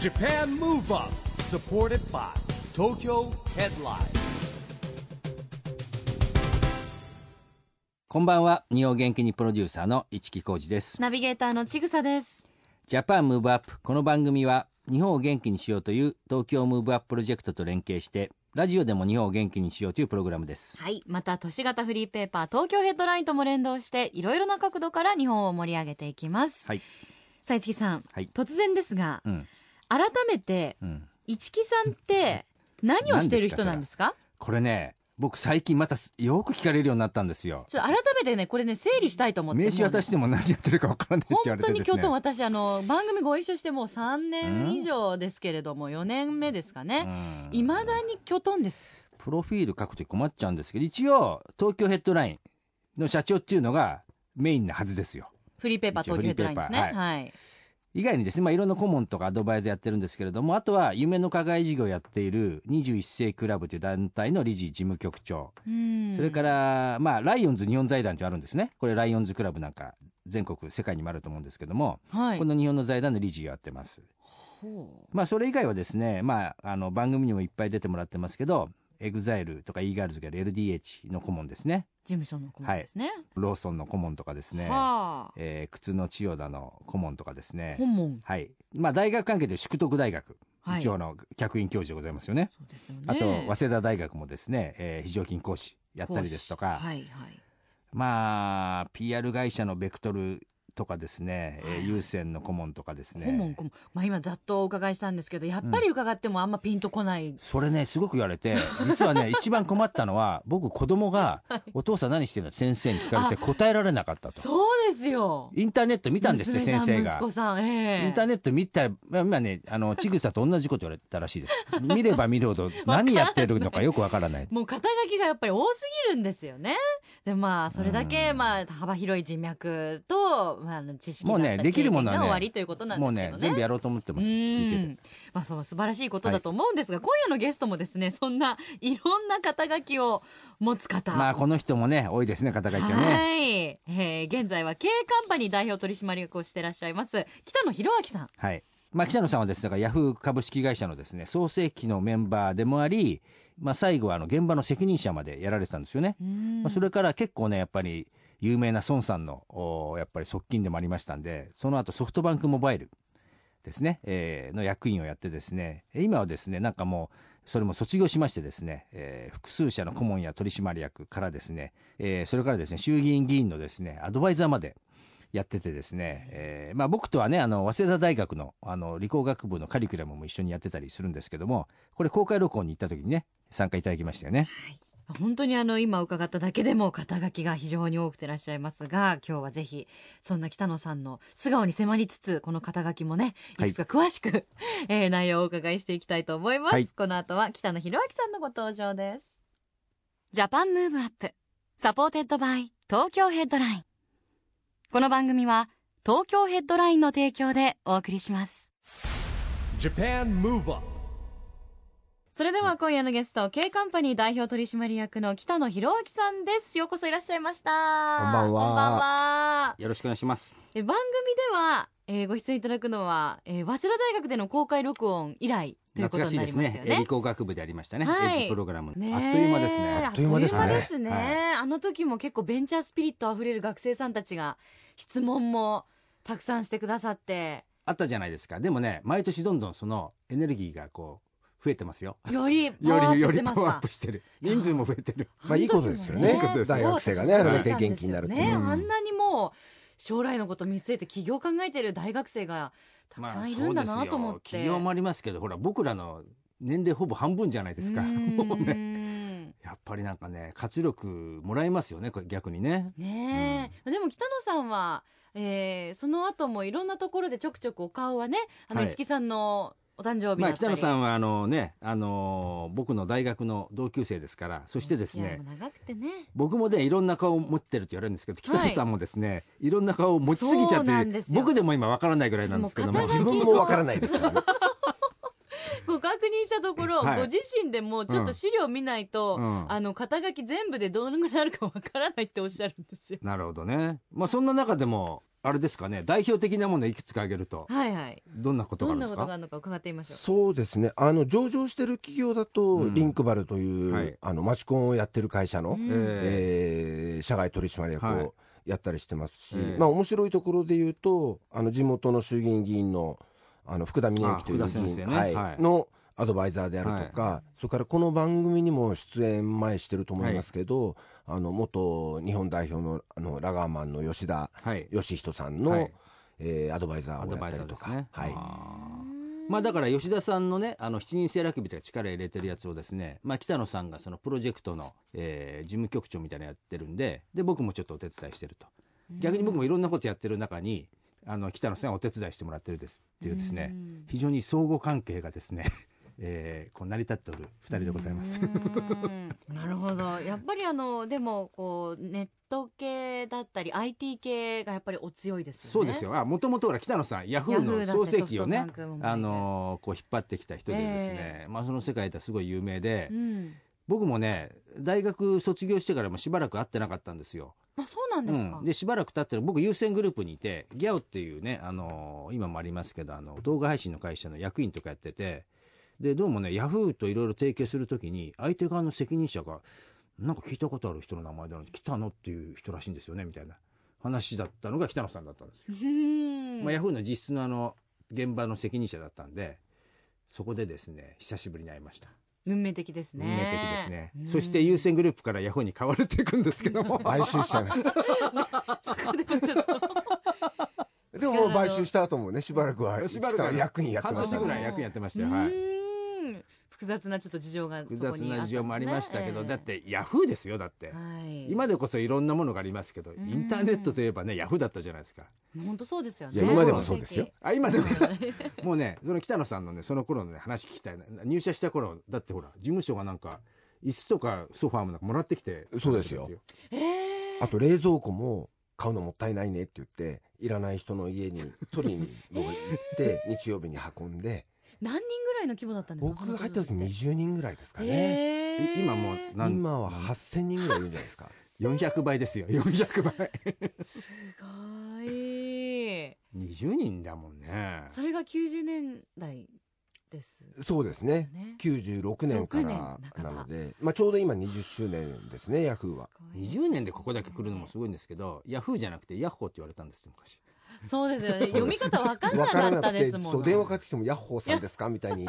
JAPAN MOVE UP SUPPORTED BY TOKYO HEADLINE こんばんは日本元気にプロデューサーの市木浩司ですナビゲーターのちぐさです。ジャパンムーブアップこの番組は日本を元気にしようという東京ムーブアッププロジェクトと連携してラジオでも日本を元気にしようというプログラムですはい。また、都市型フリーペーパー、東京ヘッドラインとも連動して、いろいろな角度から日本を盛り上げていきます。はいさあ、市木さん、はい突然ですが、うん改めて、うん市木さんって、何をしてる人なんですかこれね僕最近またすよく聞かれるようになったんですよちょっと改めてね、これね、整理したいと思って。名刺渡しても何やってるかわからないってもう言ねわ本れて当ですねに今日と私、あの、番組ご一緒してもう3うん年以上ですけれども、4年目ですかね。いまだにきょとんです。プロフィール書くと困っちゃうんですけど一応東京ヘッドラインの社長っていうのがメインなはずですよフリーペーパー、東京ヘッドラインですね。フリーペーパはい。以外にですね、まあ、いろんな顧問とかアドバイザーやってるんですけれどもあとは夢の課外事業をやっている21世紀クラブという団体の理事事務局長、うんそれから、まあ、ライオンズ日本財団ってあるんですねこれライオンズクラブなんか全国世界にもあると思うんですけども、はいこ。の日本の財団の理事をやってます、ほまあ、それ以外はですね、まあ、あの番組にもいっぱい出てもらってますけどエグザイルとか e ーガールズが LDH の顧問ですね事務所の顧問ですね。ローソンの顧問とかですね、はあ。えー靴の千代田の顧問とかですね顧問。はい。まあ、大学関係で淑徳大学、はい一応の客員教授でございますよね。そうですよね。あと、早稲田大学もですね、えー非常勤講師やったりですとか、はいはい。まあ、PR 会社のベクトルとかですね、えはーいはい優先の顧問とかですね。顧問顧問。まあ今ざっとお伺いしたんですけど、やっぱり伺ってもあんまピンとこない。それね、すごく言われて、実は ね、一番困ったのは、僕、子供が、お父さん何してるの先生に聞かれて答えられなかったと。そうですよ。インターネット見たんですって、娘先さん生息が。子さん、ええインターネット見たら、まあ今ね、あの、ちぐさと同じこと言われたらしいです。見れば見るほど、何やってるのかよくわからない。もう肩書きがやっぱり多すぎるんですよね。でまあそれだけまあ幅広い人脈とまあ知識だったりもうねできるものはね経験が終わりということなんでもうすけねどね。全部やろうと思ってます聞いてうてんまあ、その素晴らしいことだと思うんですが、今夜のゲストもですね、そんないろんな肩書きを持つ方。まあこの人もね多いですね肩書きがねはい、えー現在は経営カンパニー代表取締役をしてらっしゃいます北野博明さんはいまあ北野さんはですねだからヤフー株式会社のですね創世期のメンバーでもありまあ最後はあの現場の責任者までやられてたんですよね、まあ、それから結構ねやっぱり有名な孫さんのおーやっぱり側近でもありましたんでその後ソフトバンクモバイルですね、えーの役員をやってですね今はですねなんかもうそれも卒業しましてですね、えー複数社の顧問や取締役からですね、えーそれからですね衆議院議員のですねアドバイザーまでやっててですね、えーまあ、僕とはねあの早稲田大学のあの理工学部のカリキュラムも一緒にやってたりするんですけどもこれ公開録音に行った時にね参加いただきましたよね。本当にあの今伺っただけでも肩書きが非常に多くてらっしゃいますが今日はぜひそんな北野さんの素顔に迫りつつこの肩書きもねいはいくつか詳しく、 えー内容をお伺いしていきたいと思います、はいこの後は北野博明さんのご登場ですジャパンムーブアップサポーテッドバイ東京ヘッドラインこの番組は東京ヘッドラインの提供でお送りします JAPAN MOVE UP それでは今夜のゲスト、K カンパニー代表取締役の北野博明さんです。ようこそいらっしゃいました。こんばんはこんばんは。よろしくお願いします。え番組では、えーご出演いただくのは、えー早稲田大学での公開録音以来というこ懐とかしいになでりすね。ますよえー理ね。工学部でありましたね。はいエッジプログラム、ねえあっという間ですね。あっという間ですねという間ですねはあの時も結構ベンチャースピリットあふれる学生さんたちが質問もたくさんしてくださって、あったじゃないですか。でもね、毎年どんどんそのエネルギーがこう増えてますよ。よりパワーアよりよップしてりまパすワーアかップしてる。人数も増えてる。まあいいことですよねいあの時もいことです大学生がねそうあれだけそう元気になるってね、うんあんなにもう将来のこと見据えて起業考えてる大学生がたくさんいるんだまあなと思って、そうですよ企業もありますけど、ほら僕らの年齢ほぼ半分じゃないですか。うー んもうね、 やっぱりなんかね、活力もらえますよね。これ逆にね。ねえ、でも北野さんは、えーその後もいろんなところでちょくちょくお顔はねあのはい五木さんのお誕生日まだあった北り、野さんはあのね、あのー僕の大学の同級生ですから、そしてですいやねもう。長くてね 僕もねいろんな顔を持ってるって言われるんですけど北はい野さんもですね、い、ろんな顔を持ちすぎちゃそうっなんでてすよ僕でも今わからないぐらいなんですけどもちょっと自もう分もわからないです からね。ご確認したところ、はいご自身でもちょっと資料見ないと、うんあの肩書き全部でどのぐらいあるかわからないっておっしゃるんですよ。なるほどねまあそんな中でもあれですかね代表的なものをいくつか挙げるとはいはい。どんなことがどあんるんなですこかとがあるのか伺ってみましょう。そうですねあの上場してる企業だと、うんリンクバルという、はいあのマチコンをやってる会社の、うんええー社外取締役はいをやったりしてますし、ええまあ面白いところで言うとあの地元の衆議院議員のあの福田峰之といあう福議田先員、生ねはいはいのアドバイザーであるとか、それからこの番組にも出演前してると思いますけど、あの元日本代表のあのラガーマンの吉田ーはい義人さんの、はいえーアドバイザアードをやバっイたザーりとですか、ねはい、あーまあだから吉田さんのねあの七人制ラグビーとか力入れてるやつをですね、まあ、北野さんがそのプロジェクトの、えー事務局長みたいなのやってるんでで僕もちょっとお手伝いしてると逆に僕もいろんなことやってる中にあの北野さんはお手伝いしてもらってるですっていうですね、うん非常に相互関係がですね、 えーこう成り立っておる二人でございます。うーんなるほど。やっぱりあの、でも、こう、ネット系だったり、IT 系がやっぱりお強いですよね。そうです。よ。あ、もともとほら北野さん、ヤフーの創世記をね、あ、のーこう引っ張ってきた人でですね、まあその世界ではすごい有名で、うん。僕もね、大学卒業してからもしばらく会ってなかったんですよ。あ、そうなんですか。うん、でしばらく経ってる僕優先グループにいてギャオっていうね、あのー今もありますけどあの動画配信の会社の役員とかやっててでどうもねヤフーといろいろ提携するときに相手側の責任者がなんか聞いたことある人の名前だな北野っていう人らしいんですよねみたいな話だったのが北野さんだったんですよ。うんまあ、ヤフーの実質のあの現場の責任者だったんでそこでですね久しぶりに会いました。運命的ですね。運命的ですねうん。そして優先グループからヤフーに買われていくんですけど も。買収しちゃいました そこでもちょっと。 でももう買収した後もねしばらくはしばらくは役員やって半ました年ねぐらい役員やってましたよ。はい。うん複雑なちょっと事情がそこ複にあったんです雑ねな事情もありましたけど、だっ、てヤフーですよだって、ええはい、今でこそいろんなものがありますけど、んインターネットといえばねヤフーだったじゃないですか本当そうですよね。いや今でもそうですよあ今で創も世記。 もうねその北野さんのねその頃のね話聞きたいな入社した頃だってほら事務所がなんか椅子とかソファーもなんかもらってきてそうですよええあと冷蔵庫も買うのもったいないねって言っていらない人の家に取りにもう行って日曜日に運んで何人ぐらいの規模だったんですか。僕が入った時20人ぐらいですかえねえ今もうなん今は8000人ぐらいいるんじゃないですか400倍ですよ400倍 すごい。 20人だもんねそれが90年代です。そうですねね96年から6年な半ばので、まあ、ちょうど今20周年ですねヤフーは20年でここだけ来るのもすごいんですけどヤフーじゃなくてヤッホーって言われたんですって昔そうですよね。読み方わかんわなかからっなたくでてすもん。そう電話かかってきても「ヤッホーさんですか?」みたいに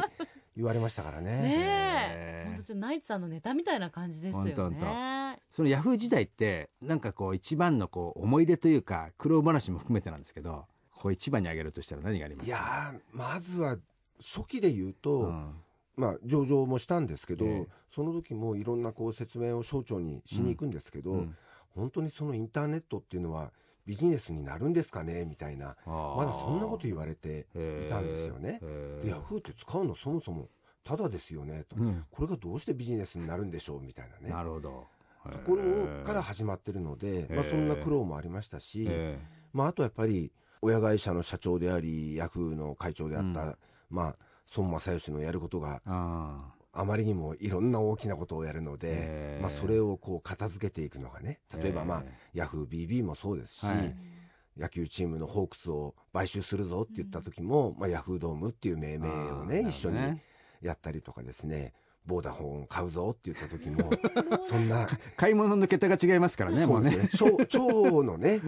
言われましたからねねえねえ。本当ちょっとナイツさんのネタみたいな感じですよほんとほんね。そのヤフー時代ってなんかこう一番のこう思い出というか苦労話も含めてなんですけどこう一番に挙げるとしたら何がありますいかやーまずは初期で言ううと、んまあ、上場もしたんですけど、ええその時もいろんなこう説明を省庁にしに行くんですけど、うん本当にそのインターネットっていうのはビジネスになるんですかねみたいなまだそんなこと言われていたんですよね。へーヤフーって使うのそもそもただですよねと、うんこれがどうしてビジネスになるんでしょうみたいななねるほどところから始まってるので、まあ、ええそんな苦労もありましたし、えまあ、あとやっぱり親会社の社長でありヤフーの会長であった、うんまあ、孫正義のやることがーああまりにもいろんな大きなことをやるので、えーまあ、それをこう片付けていくのがねー例えば、まあえーヤフー BB もそうですし、はい野球チームのホークスを買収するぞって言った時も、まあ、ヤフードームっていう命名をねあー一緒になるほどねやったりとかですねボーダフォンを買うぞって言った 時もそんな。買い物の桁が違いますからねそもううでねすね。超、超のね、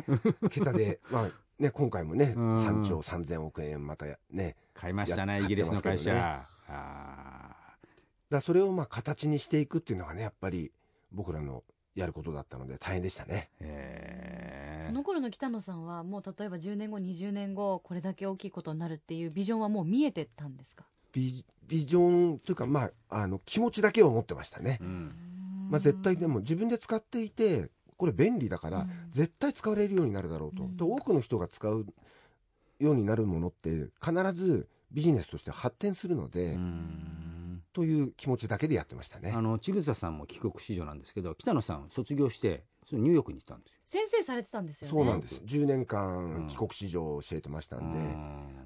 桁で、まあ、ね、今回もね、うん3兆3000億円またね、買いましたねいイやギリスの会社、買ってあだからそれをまあ形にしていくっていうのがね、やっぱり僕らのやることだったので大変でしたね。ーえーその頃の北野さんはもう例えば10年後20年後これだけ大きいことになるっていうビジョンはもう見えてたんですかビビジョンというか、まあ、あの、気持ちだけを持ってましたねう。んまあ絶対でも自分で使っていて、これ便利だから、うん絶対使われるようになるだろうと。うんで、多くの人が使うようになるものって、必ずビジネスとして発展するので、うんという気持ちだけでやってましたね。あの千草さんも帰国子女なんですけど北野さん卒業してすぐニューヨークに行ったんですよ。先生されてたんですよねそうなんです。10う年ん間帰国子女を教えてましたんで、うん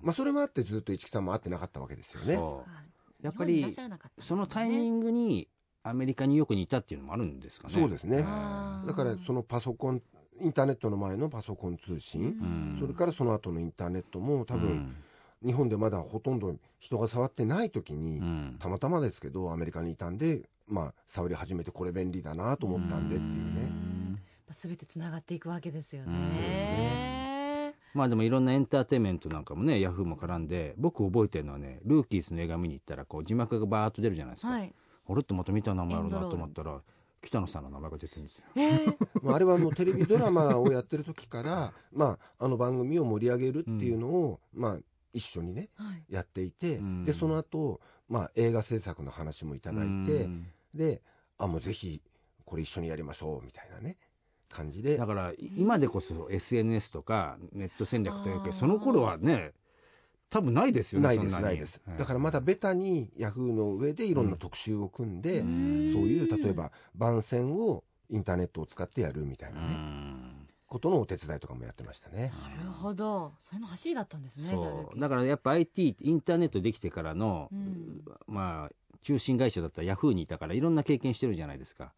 まあそれもあってずっと市木さんも会ってなかったわけですよね。そうややっっぱぱりりそそののタタイイミミングングにアメリカニューヨークにいたっていうのもあるんですかね。そうですねえーあーだからそのパソコンインターネットの前のパソコン通信、うんそれからその後のインターネットも多分、日本でまだほとんど人が触ってない時に、うんうんたまたまですけどアメリカにいたんで、まあ、触り始めてこれ便利だなと思ったんでっていうね。すべてつながっていくわけですようんそうですね。まあでもいろんなエンターテインメントなんかもねヤフーも絡んで僕覚えてるのはねルーキーズの映画見に行ったらこう字幕がバーッと出るじゃないですか、はい。あれってまた見た名前あるなエンドローとル思ったら北野さんの名前が出てるんですよ。え ーまあ、あれはもうテレビドラマをやってる時から、まあ、あの番組を盛り上げるっていうのを、まあ、一緒にねはい。やっていて、うんでその後、まあ映画制作の話もいただいて、うんであもうぜひこれ一緒にやりましょうみたいなね感じでだからい今でこそ SNS とかネット戦略というあかーその頃はね多分ないですよねないですそんにないです、だからまだベタにヤフーの上でいろんな特集を組んで、うそうんいう例えば番宣をインターネットを使ってやるみたいうなね、んことのお手伝いとかもやってましたね。なるほど。それの走りだったんですね。じゃあルーそキーうだからやっぱ IT インターネットできてからの、うんまあ中心会社だったヤフーにいたからいろんな経験してるじゃないですか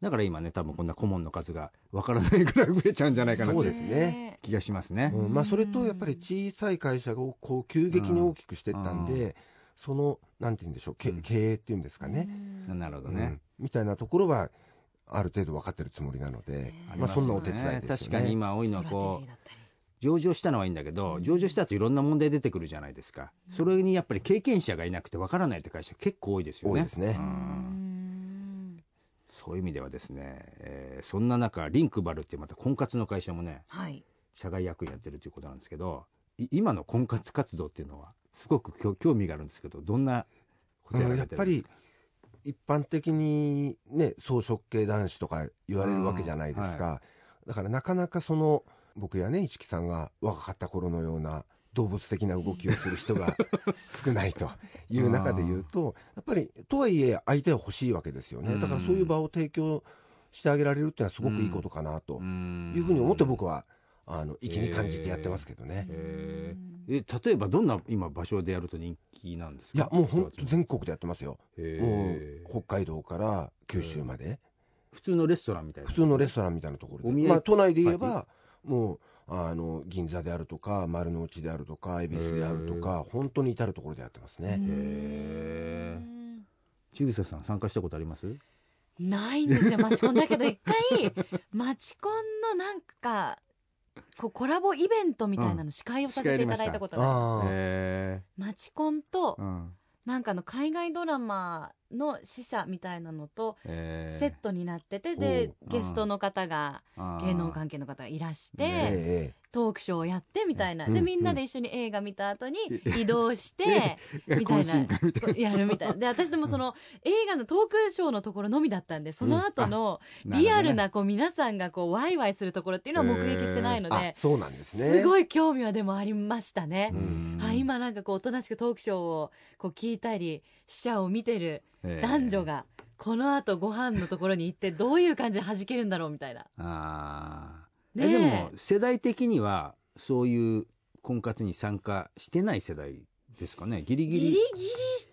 だから今ね多分こんな顧問の数がわからないぐらい増えちゃうんじゃないかなそっうてですね。気がしますね、うんまあ、それとやっぱり小さい会社をこう急激に大きくしていったんで、うそのなんて言うんでしょうけうん経営っていうんですかね、なるほどうねん、みたいなところはある程度分かってるつもりなので、ねありまあ、すそんなお手伝いですよね。確かに今多いのはストこラテジうーだったり上場したのはいいんだけど上場したといろんな問題出てくるじゃないですか、それにやっぱり経験者がいなくてわからないって会社結構多いですよね多いですねうんうんそういう意味ではですね、えーそんな中リンクバルってまた婚活の会社もねはい。社外役員やってるということなんですけどい今の婚活活動っていうのはすごくきょ興味があるんですけどどんなことやられてるんですか、一般的にね草食系男子とか言われるわけじゃないですか、うだからなかなかその僕やね一木さんが若かった頃のような動物的な動きをする人 が少ないという中で言うとやっぱりとはいえ相手は欲しいわけですよねだからそういう場を提供してあげられるっていうのはすごくいいことかなというふうに思って僕は、はあの粋に感じてやってますけどね。えーえ例えばどんな今場所でやると人気なんですかいやもう本当全国でやってますよ、へーもう北海道から九州まで、普通のレストランみたいな普通のレストランみたいなとこおろで、見合いまあ、都内で言えば、はもうあの銀座であるとか丸の内であるとか恵比寿であるとか本当に至るところでやってますね、へー千草さん参加したことありますないんですよ、マチコン。だけど一回、マチコンのなんか、こうコラボイベントみたいなの司会をさせていただいたことがある、ああ、へマチコンとーう、んなんかあの海外ドラマの試写みたいなのと、えーセットになってて、で、おうゲストの方が、あー芸能関係の方がいらしあーて、えトークショーをやってみたいな。うんで、うんみんなで一緒に映画見た後にえ移動して、みたい懇親な会みたいな。やるみたいな。で、私でもその映画のトークショーのところのみだったんで、その後のなるほどねリアルなこう皆さんがこうワイワイするところっていうのは目撃してないのえあで、そうなんですねすごい興味はでもありましたねう。んはい、今なんかこうおとなしくトークショーをこう聞いたり、死者を見てるえー男女が、この後ご飯のところに行ってどういう感じで弾けるんだろうみたいな。あーねええでも世代的にはそういう婚活に参加してない世代ですかねギリギギリリギ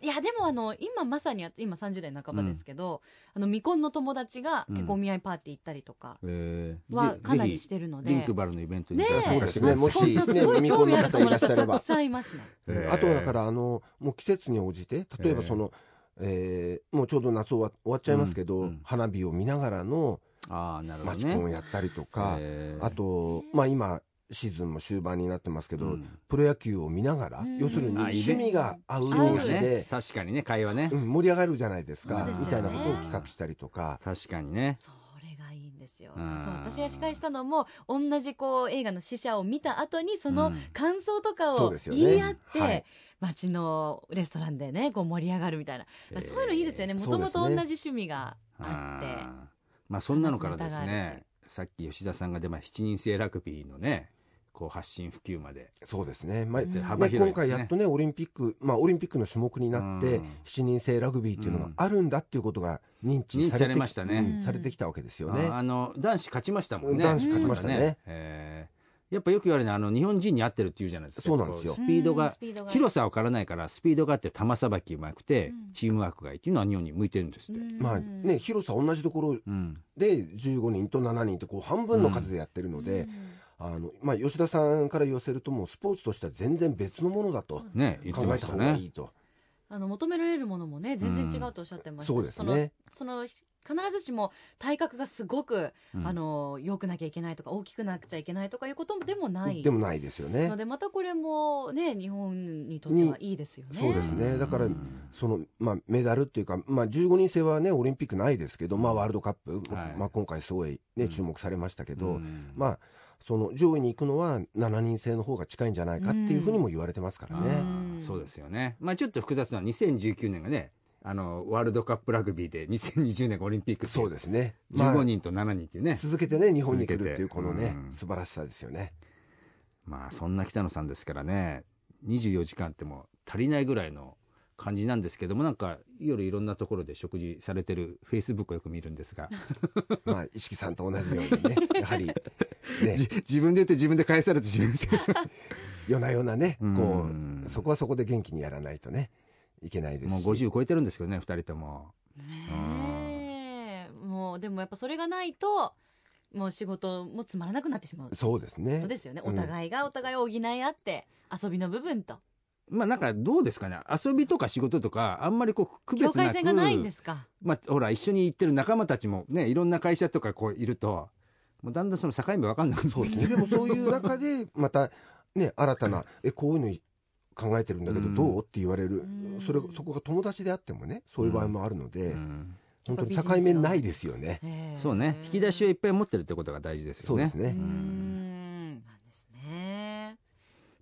リ、いやでもあの、今まさにやっ、今30代半ばですけど、あの未婚の友達が結構お見合いパーティー行ったりとかえーはぜかなりぜひしてるので。リンクバルのイベントにねえそうです参ね加もしてしくだ本当さいすごいね興味ある友未婚の方いらっ達しゃれたばくさんいますね。えーあとはだからあのもう季節に応じて例えばその、えーもうちょうど夏終わ終わっちゃいますけど、うんうん花火を見ながらのああなるほマチどコねンをやったりとか、えーあと、まあ、今シーズンも終盤になってますけど、うんプロ野球を見ながら、うん要するにあ趣味が合う合う同士でね、確かにね会話ねうん、盛り上がるじゃないですそうかですよねみたいなことを企画したりとか、確かにねそれがいいんですよ。そううん私が司会したのも同じこう映画の試写を見た後にそのうん感想とかそうをですよね言い合っはてい街のレストランでねこう盛り上がるみたいな、えーそういうのいいですよね。もともと同そうじです趣ね味があって。あーまあそんなのからです話すネタがあるってねさっき吉田さんが出ました7人制ラグビーのねこう発信普及までそうですね,、まあうんね幅広いですね今回やっとねオリンピック、まあ、オリンピックの種目になって、うん7人制ラグビーっていうのがあるんだっていうことが認知認されてき知されましたねうんされてきたわけですよね。ああの男子勝ちましたもんね男子勝ちましたねえーやっぱよく言われるのはあの日本人に合ってるって言うじゃないですかそうなんですよこスピードうんがスピードが広さはからないからスピードがあって球さばきうまくてうんチームワークがいいっていうのは日本に向いてるんですって、まあね、広さ同じところうんで15人と7人ってこう半分の数でやってるので、あのまあ、吉田さんから寄せるともうスポーツとしては全然別のものだとね言って考まえしたた方がねいいと。あの求められるものもね全然違うとおっしゃってましたし、そうですねそのその必ずしも体格がすごく、うんあの良くなきゃいけないとか大きくなくちゃいけないとかいうことでもないでもないですよねの。でまたこれもね日本にとってはいいですよね。そうですねだからうんそのまあ、メダルっていうか、まあ、15人制は、ね、オリンピックないですけど、まあ、ワールドカップ、はいまあ、今回、すごい、ねうん注目されましたけど、うんまあ、その上位に行くのは7人制の方が近いんじゃないかっていうふうにも言われてますからね。あーそうですよね。まあちょっと複雑なのは2019年がね、あのワールドカップラグビーで2020年がオリンピックっていそうですね、まあ15、人と7人っていうね。続けてね日本に来るっていうこのね、うん素晴らしさですよね。まあそんな北野さんですからね、24時間ってもう足りないぐらいの感じなんですけども、なんか夜いろんなところで食事されてるフェイスブックをよく見るんですが、まあ、石木さんと同じよ うにね、やはり、ね、じ 自分で言って自分で返されてしまいました。夜な夜なね、こうんう、そこはそこで元気にやらないとね、いけないですし。 もう50超えてるんですけどね、2人とも。ねえもうでもやっぱそれがないともう仕事もつまらなくなってしまうこそうですねと。ですよね。うおん互いがお互いを補い合って遊びの部分とまあなんかどうですかね、遊びとか仕事とか、あんまりこう区別境なく界線がないんですか。まあ、ほら、一緒に行ってる仲間たちもね、いろんな会社とかこういると、もうだんだんその境目わかんなくなってそうですきね。てでもそういう中で、また、ね、新たな、え、こういうの考えてるんだけど、うんどうって言われるうん。それ、そこが友達であってもね、そういう場合もあるので、うん本当に境目ないですよね。へえそうね。引き出しをいっぱい持ってるってことが大事ですよそうでね。すね。うんなんですね。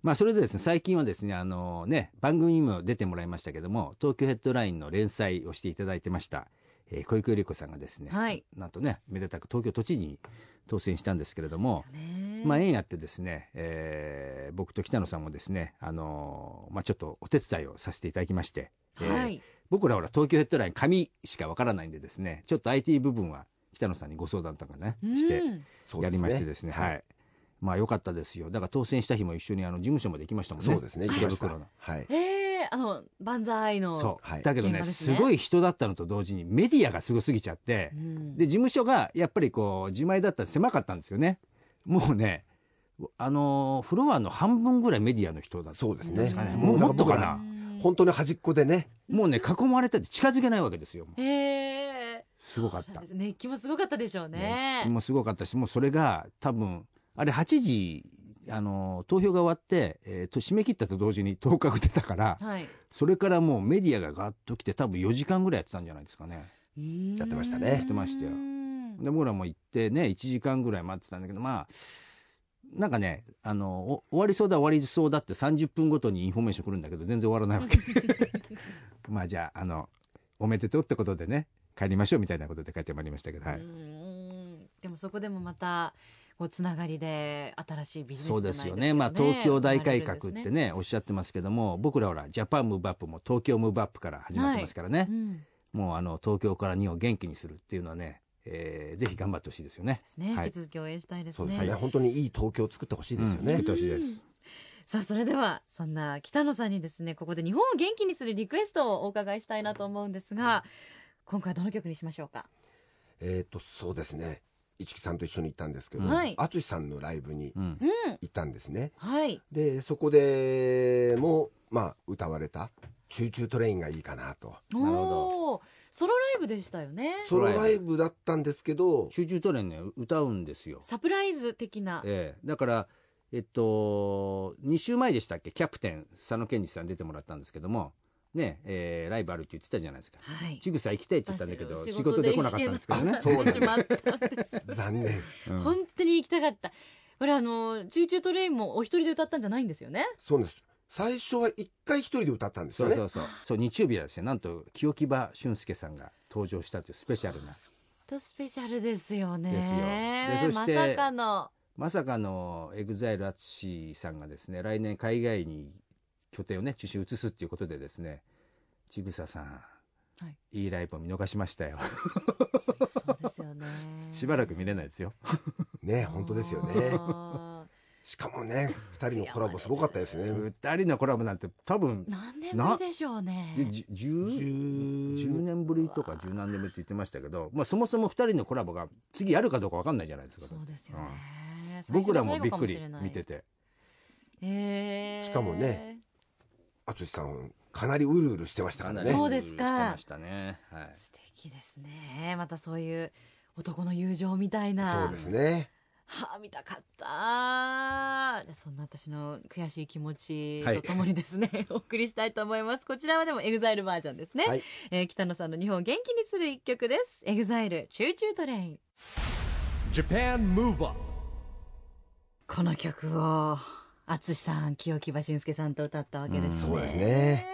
まあ、それでですね、最近はですね、あのね、番組にも出てもらいましたけども、東京ヘッドラインの連載をしていただいてました、えー小池百合子さんがですね、はいなんとね、めでたく東京都知事に当選したんですけれども、ねまあ、縁あってですね、えー僕と北野さんもですね、あのーまあ、ちょっとお手伝いをさせていただきまして、えーはい。僕らほら東京ヘッドライン紙しかわからないんでですねちょっと IT 部分は北野さんにご相談とかねしてうんそうやですねりましてですねはい、まあ良かったですよだから当選した日も一緒にあの事務所まで行きましたもんねそうですね。行き池ました袋の。はい。ええあの万歳の。そう、はいだけどね現場ですすねごい人だったのと同時にメディアがすごすぎちゃって、うんで事務所がやっぱりこう自前だったら狭かったんですよねもうねあのーフロアの半分ぐらいメディアの人だったそうですでねすかね。うんもうもっとかうなん本当に端っこでね、もうね囲まれてて近づけないわけですよへえすごかっそうたなんです熱気もすごかったでしょうね。もうすごかったし、もうそれが多分、あれ8時、あの、投票が終わって、えーと、締め切ったと同時に当確出たから、はい。それからもうメディアがガッと来て多分4時間ぐらいやってたんじゃないですかね。やってましたねやってましたよで、僕らも行ってね、1時間ぐらい待ってたんだけど、まあ、なんかね、あの、お終わりそうだ終わりそうだって30分ごとにインフォメーション来るんだけど、全然終わらないわけ。まあじゃあ、あの、おめでとうってことでね、帰りましょうみたいなことで帰ってまいりましたけど、はうい。んでもそこでもまたこうつながりで新しいビジネスそうじゃないですですけよどね。まあ東京大改革っ生まてれるねんでおっしゃってますけども、僕らほらジャパンムーブアップも東京ムーブアップから始まってますからね。すねうんもうあの東京から日本を元気にするっていうのはね、えーぜひ頑張ってほしいですよねで。すね。は引きい。続き応援したいですそうですね、ね。本当にいい東京を作ってほしいですようん作ねっ。てほしいです。さあそれではそんな北野さんにですねここで日本を元気にするリクエストをお伺いしたいなと思うんですが今回はどの曲にしましょうか。えっ、と、そうですね。市木さんと一緒に行ったんですけど、はい淳さんのライブにうん。うん行ったんですね。はい。で、そこでも、まあ、歌われた、チューチュートレインがいいかなと。おほどおーソロライブでしたよね。ソロライブだったんですけど、集中トレーンね歌うんですよ。サプライズ的な。ええだから。えっと、2週前でしたっけキャプテン佐野健二さん出てもらったんですけどもねえーライブあるって言ってたじゃないですかはい。ちぐさ行きたいって言ったんだけど私仕事で来なかったんですけどね仕事で行けそうなくなってしまったんです。残念。うん 本当に行きたかった。これあの、チューチュートレインもお一人で歌ったんじゃないんですよね。そうなんです。最初は一回一人で歌ったんですそようね。そうそう。そう、日曜日はですね、なんと、清木場俊介さんが登場したというスペシャルな。とスペシャルですよですねよ。でそしまてさかの。まさかの、エグザイル淳さんがですね、来年海外に拠点をね、中心に移すっていうことでですね、ちぐささん、はい、いいライブを見逃しましたよ。。そうですよねしばらく見れないですよ。ね、本当ですよね。あー。しかもね、二人のコラボすごかったですね。二人のコラボなんて多分 何年ぶりでしょうでね。じ10 10 10年ぶりとか十何年ぶりって言ってましたけど、まあ、そもそも二人のコラボが次やるかどうかわかんないじゃないですかそうですよね。最僕初らがも最び後っかくもしりれない見て。てえーしかもね。淳さん、かなりうるうるしてましたからね。そうですかしてましたね、はい、素敵ですね。またそういう男の友情みたいな。そうですね。はあ、見たかった。じゃあそんな私の悔しい気持ちはといともにですね、 お送りしたいと思います。こちらはでも EXILE バージョンですね。はいえー北野さんの日本を元気にする一曲です。EXILE チューチュートレイン。 Japan Move Up, この曲を、淳さん、清木場俊介さんと歌ったわけですね。そうですね。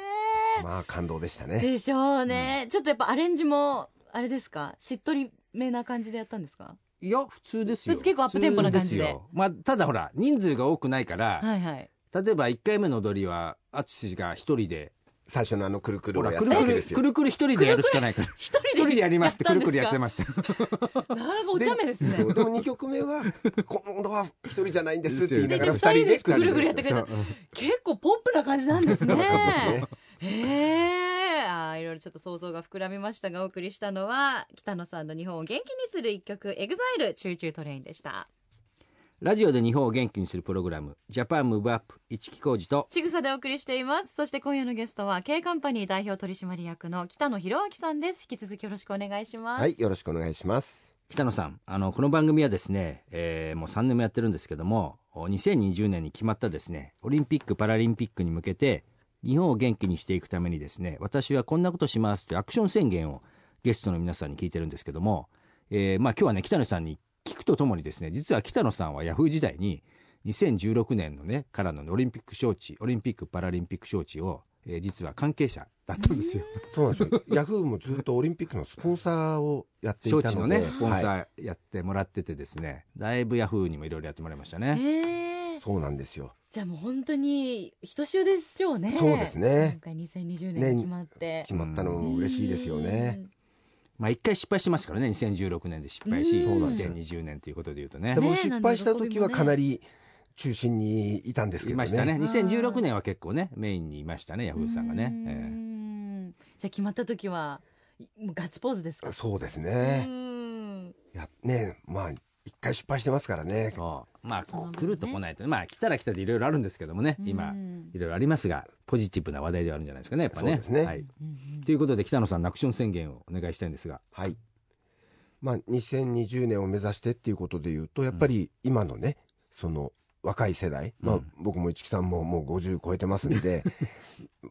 まあ、感動でしたね。でしょうね、ちょっとやっぱアレンジも、あれですかしっとりめな感じでやったんですかいや普通ですよ普通結構アップテンポな感じで普通すよまあ、ただほら人数が多くないから、はいはい。例えば1回目の踊りは淳が一人で最初のあのくるくるほをらやっくたるわくけでるすくよ。るくる一人でやるしかないから 一一人でやりますってくるくるやってまましたすか。なかなかお茶目ですね。そうでも2曲目は、今度は一人じゃないん ですって言いながらで二すよ人ねでくるくるやってくれたそううん結構ポップな感じなんですね。そうへえあーいろいろちょっと想像が膨らみましたがお送りしたのは北野さんの日本を元気にする一曲「エグザイルチューチュートレイン」でしたラジオで日本を元気にするプログラム「ジャパンムーブアップ一木工事とちぐさでお送りしていますそして今夜のゲストは K カンパニー代表取締役の北野博明さんです引き続きよろしくお願いします、はい、よろしくお願いします。北野さんあのこの番組はですね、えーもう3年もやってるんですけどもお2020年に決まったですねオリンピック・パラリンピックに向けて日本を元気にしていくためにですね私はこんなことしますというアクション宣言をゲストの皆さんに聞いてるんですけども、えーまあ、今日はね北野さんに聞くとともにですね実は北野さんはヤフー時代に2016年のねからのねオリンピック招致オリンピック・パラリンピック招致を、えー実は関係者だったんですよ。そうなんですよ。ヤフーもずっとオリンピックのスポンサーをやってい招致たのので、ねスポンはいサーやってもらっててですね、だいぶヤフーにもいろいろやってもらいましたね。えーそうなんですよ。じゃあもう本当にひとしおでしょうねそうです今ね回2020年に決まって、決まったのも嬉しいですよね。まあ一回失敗してますからね、2016年で失敗し、うん2020年ということで言うとねで。ねもえ失敗した時はかなり中心にいたんですけいどまね。したね。うん2016年は結構ね、メインにいましたね、ヤフーさんがね。うーええんじゃあ決まった時はいもうガッツポーズですかそうですうね。ーんいやねまあ一回失敗してますからね。そう。まあそうこなんうだ来ると来ないと、まあ来たら来たでいろいろあるんですけどもね、う今、んいろいろありますが、ポジティブな話題ではあるんじゃないですかね、やっぱね。そうですねはい。うんうんということで、北野さんのアクション宣言をお願いしたいんですが。はい。まあ2020年を目指してっていうことで言うとやっぱり今のね、その若い世代、まうあん僕も市木さんももう50超えてますんで、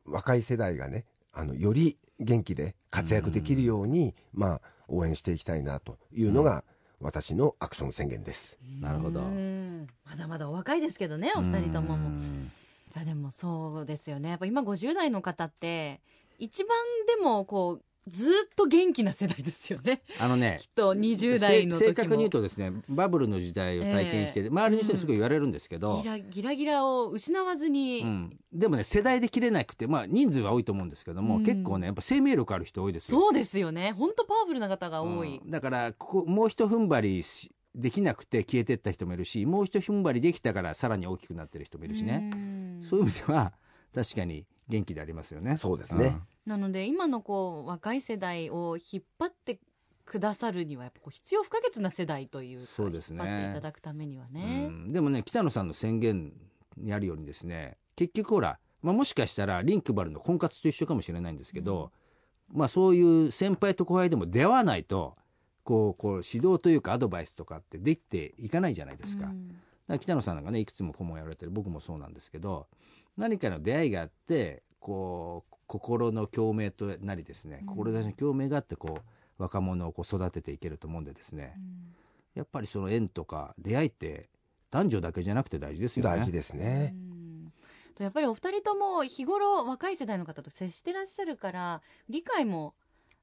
若い世代がねあのより元気で活躍できるように、まあ応援していきたいなというのが私のアクション宣言です。なるほどう。んまだまだお若いですけどねお二人ともうもいんやでもそうですよねやっぱ今50代の方って一番でもこうずっと元気な世代ですよね あのねきっ、と20代の時も正確に言うとですねバブルの時代を体験して、ええ周りの人にすごい言われるんですけどギ、ラギラギラを失わずうに、んでもね世代で切れなくて、まあ、人数は多いと思うんですけども、うん結構ねやっぱ生命力ある人多いですよ。そうですよね本当パワフルな方が多い、うんだからここもうひと踏ん張りしできなくて消えてった人もいるしもうひと踏ん張りできたからさらに大きくなってる人もいるしね、うんそういう意味では確かに元気でありますよね。そうですね。なので今のこう若い世代を引っ張ってくださるにはやっぱこう必要不可欠な世代というかそうですね引っ張っていただくためにはうね。んでもね北野さんの宣言にあるようにですね結局ほら、まあ、もしかしたらリンクバルの婚活と一緒かもしれないんですけど、まあ、そういう先輩と後輩でも出会わないとこうこう指導というかアドバイスとかってできていかないじゃないですか,、だうかんら北野さんなんかねいくつも顧問やられてる僕もそうなんですけど何かの出会いがあってこう心の共鳴となりですねうん志の共鳴があってこう若者をこう育てていけると思うんでですね、やっぱりその縁とか出会いって男女だけじゃなくて大事ですよね。大事ですうね。んとやっぱりお二人とも日頃若い世代の方と接してらっしゃるから理解も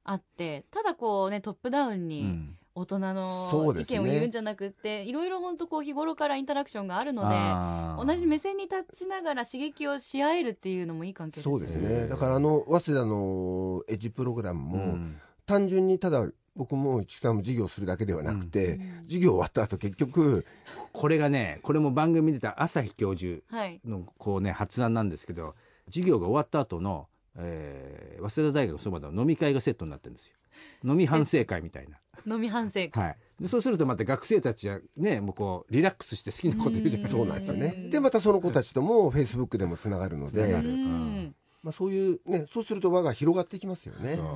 あってただこうねトップダウンうにん大人のそう意ですね見を言うんじゃなくって、いろいろ本当こう日頃からインタラクションがあるのであー同じ目線に立ちながら刺激をし合えるっていうのもいい関係ですそようねですへね。ーだからあの早稲田のエッジプログラムうも、ん単純にただ僕も市木さんも事業するだけではなくて、事業終わった後結局これがねこれも番組でた朝日教授はい。のこうね発案なんですけど授業が終わった後の、えー早稲田大学のそばでの飲み会がセットになってるんですよ飲み反省会みたいな、飲み反省会。はい、でそうするとまた学生たちはねもうこうリラックスして好きなこと言うじゃないですかそうなんですようねんでまたその子たちともフェイスブックでもつながるのつながでる、うんまあ、そういうねそうすると輪が広がっていきますよねそうはい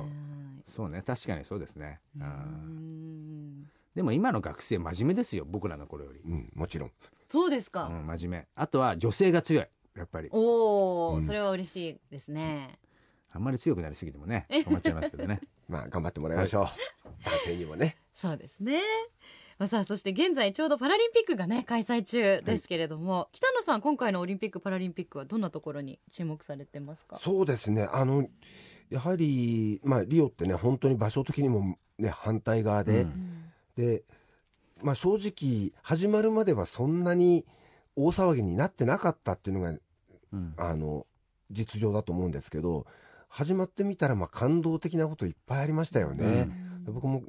そうね確かにそうですね、う、うんんでも今の学生真面目ですよ僕らの頃より、うんもちろんそうですうか。ん、真面目あとは女性が強いやっぱりおうお、んそれは嬉しいですね。あんまり強くなりすぎてもね困っちゃいますけどねまあ頑張ってもらいましょう、男性にもねそうですね。まあさあ、そして現在ちょうどパラリンピックがね、開催中ですけれども、北野さん、今回のオリンピック・パラリンピックはどんなところに注目されてますかそうですねあのやはり、まあ、リオってね本当に場所的にも、ね、反対側で、うんで、まあ、正直始まるまではそんなに大騒ぎになってなかったっていうのが うんあの実情だと思うんですけど始まってみたらまあ感動的なこといっぱいありましたよね。僕も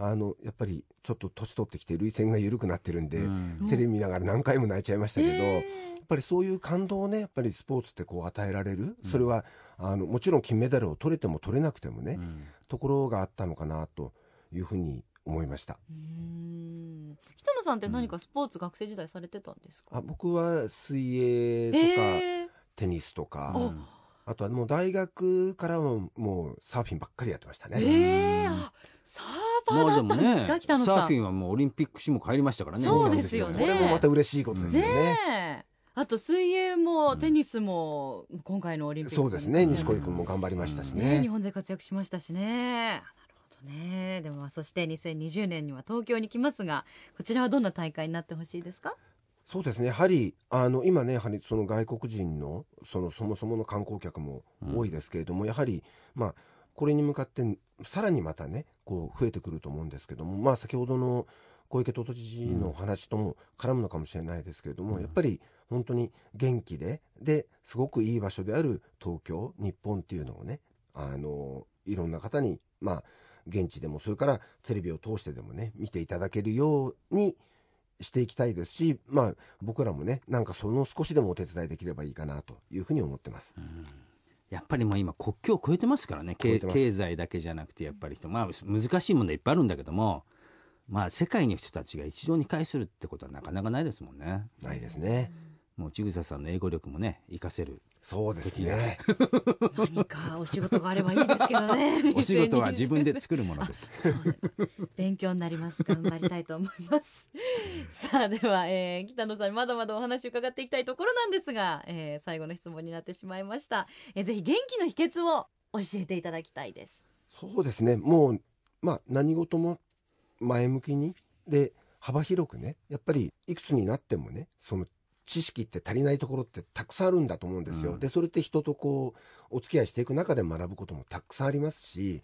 あのやっぱりちょっと年取ってきて涙腺が緩くなってるんで、うんテレビ見ながら何回も泣いちゃいましたけど、やえっぱりそういう感動をねやっぱりスポーツってこう与えられる、それはあのもちろん金メダルを取れても取れなくてもね、うんところがあったのかなというふうに思いました。ーうん北野さんって何かスポーツ学生時代されてたんですかあ僕は水泳とか、えーテニスとか、おあとはもう大学からはもうサーフィンばっかりやってましたね。えーあサーバーだったんですか、ね、サ北野さーん。フィンはもうオリンピック種目入りましたからね。そうですよねこれもまた嬉しいことですよね。ねえあと水泳もテニスも今回のオリンピックそうですね。も錦織君も頑張りましたしね日ね。本勢活躍しましたしね。なるほどね。でもまあそして2020年には東京に来ますが、こちらはどんな大会になってほしいです か？そうですね。やはり、あの、今ね、やはりその外国人の、そのそもそもの観光客も多いですけれども、やはり、まあ、これに向かって、さらにまたね、こう、増えてくると思うんですけども、まあ、先ほどの小池都知事のお話とも絡むのかもしれないですけれども、やっぱり、本当に元気で、で、すごくいい場所である東京、日本っていうのをね、あの、いろんな方に、まあ、現地でも、それからテレビを通してでもね、見ていただけるようにしていきたいですし、まあ、僕らもね、なんかその少しでもお手伝いできればいいかなというふうに思ってます。やっぱりもう今国境を越えてますからね越経えてます経済だけじゃなくてやっぱり人、まあ、難しい問題いっぱいあるんだけども、まあ、世界の人たちが一堂に会するってことはなかなかないですもんねないですね。もう千草さんの英語力もね活かせ る。そうですね。何かお仕事があればいいですけどねお仕事は自分で作るものです勉強になります。頑張りたいと思います。さあ、では、えー北野さんにまだまだお話伺っていきたいところなんですが、えー最後の質問になってしまいました。えーぜひ元気の秘訣を教えていただきたいです。そうですね。もう、まあ、何事も前向きに、で、幅広くね、やっぱりいくつになってもね、その知識って足りないところってたくさんあるんだと思うんですよ。うんで、それって人とこう、お付き合いしていく中で学ぶこともたくさんありますし、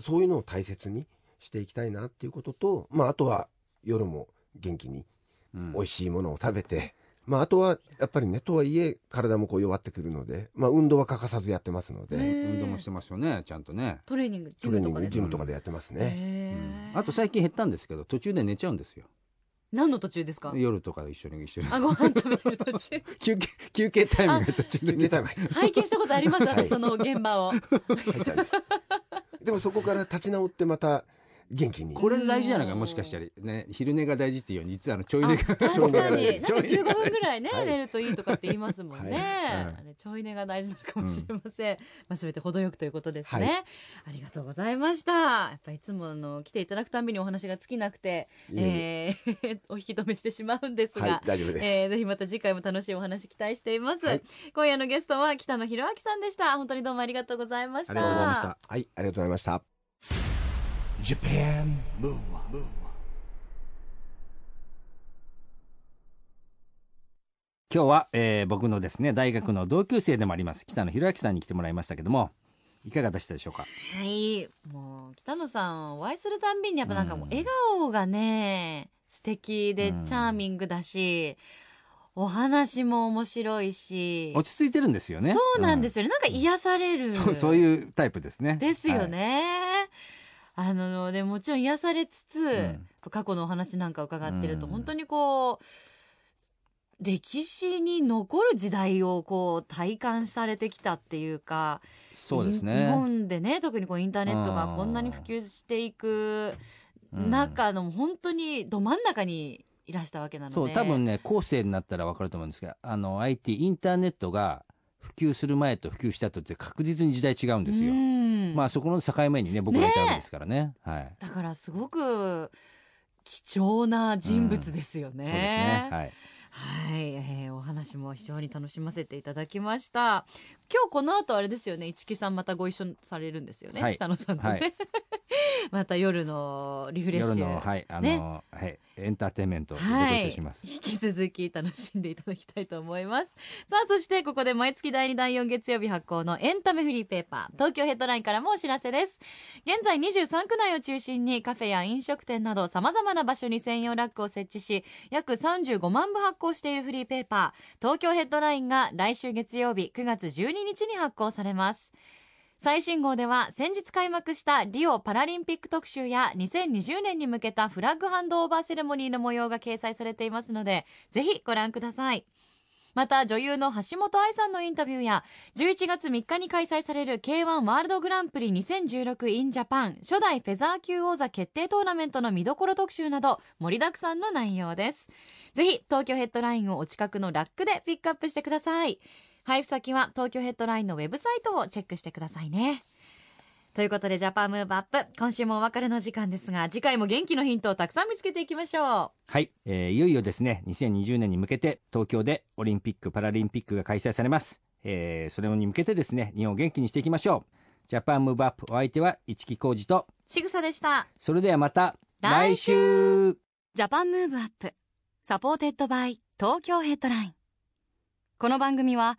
そういうのを大切にしていきたいなっていうことと、まあ、あとは夜も元気にうん美味しいものを食べて、まあ、あとはやっぱりね、とはいえ体もこう弱ってくるので、まあ、運動は欠かさずやってますので、へえ運動もしてますよねちゃんとね、トレーニング、ジトムレーニとンかグ、で。ジムとかでやってますね。うへんーあと最近減ったんですけど途中で寝ちゃうんですよ何の途中ですか夜とか一緒に一緒にあ、ご飯食べてる途 中。休憩休憩タイムが途中で入寝っちちゃゃうう入っ拝見したことあります、はい私、その現場を。ちゃうんです。でもそこから立ち直ってまた元気に。これ大事じゃないかもしかしたらね昼寝が大事っていうように実はあのちょい寝が あ確かに、なんかちょい寝15が分ぐらいね、はい寝るといいとかって言いますもんね。はいあれちょい寝が大事なのかもしれません。まあ、すべて程よくということですね、はありがとうございました。やっぱいつもあの来ていただくたんびにお話が尽きなくて、いええー お引き止めしてしまうんですが、はい、大丈夫です。えーぜひまた次回も楽しいお話期待しています。はい今夜のゲストは北野博明さんでした。本当にどうもありがとうございました。ありがとうございましたはい、ありがとうございました。 Japan Move Up, Move Up. 今日は、えー僕のですね大学の同級生でもあります北野博明さんに来てもらいましたけどもいかがでしたでしょうかはい。もう、北野さん、お会いするたんびに、やっぱなんかもううん、笑顔がね、素敵でうんチャーミングだし、お話も面白いし、落ち着いてるんですよねそうなんですよ、よね。なんか癒されうる。んそうそういうタイプですねですよね。あのでもちろん癒されつつ、ん過去のお話なんか伺ってると、うん本当にこう歴史に残る時代をこう体感されてきたっていうかそうです日ね。本でね特にこうインターネットがこんなに普及していく中の本当にど真ん中にいらしたわけなのでそう多分ね後世になったら分かると思うんですけどあの IT インターネットが普及する前と普及した後って確実に時代違うんですよ、うんまあそこの境目にね僕らいたわけですからねはいだからすごく貴重な人物ですよね。そうですねはいはい、えーお話も非常に楽しませていただきました。今日この後あれですよね、市木さんまたご一緒されるんですよね、はい北野さんとね。 はいまた夜のリフレッ夜シュ。のはいあの、ねはいエンターテインメントをごはい一緒します、引き続き楽しんでいただきたいと思います。さあ、そしてここで毎月第2第4月曜日発行のエンタメフリーペーパー、東京ヘッドラインからもお知らせです。現在23区内を中心にカフェや飲食店など様々な場所に専用ラックを設置し、約35万部発行しているフリーペーパー、東京ヘッドラインが来週月曜日9月12日に発行されます。最新号では先日開幕したリオパラリンピック特集や2020年に向けたフラッグハンドオーバーセレモニーの模様が掲載されていますのでぜひご覧くださいまた女優の橋本愛さんのインタビューや11月3日に開催される K1 ワールドグランプリ 2016in ジャパン初代フェザー級王座決定トーナメントの見どころ特集など盛りだくさんの内容ですぜひ東京ヘッドラインをお近くのラックでピックアップしてください配布先は東京ヘッドラインのウェブサイトをチェックしてくださいねということでジャパンムーブアップ今週もお別れの時間ですが次回も元気のヒントをたくさん見つけていきましょはい、えーいよいよですね2020年に向けて東京でオリンピック・パラリンピックが開催されます、えーそれに向けてですね日本を元気にしていきましょうジャパンムーブアップお相手は市木浩二とうちぐさでしたそれではまた来週ジャパンムーブアップサポーテッドバイ東京ヘッドラインこの番組は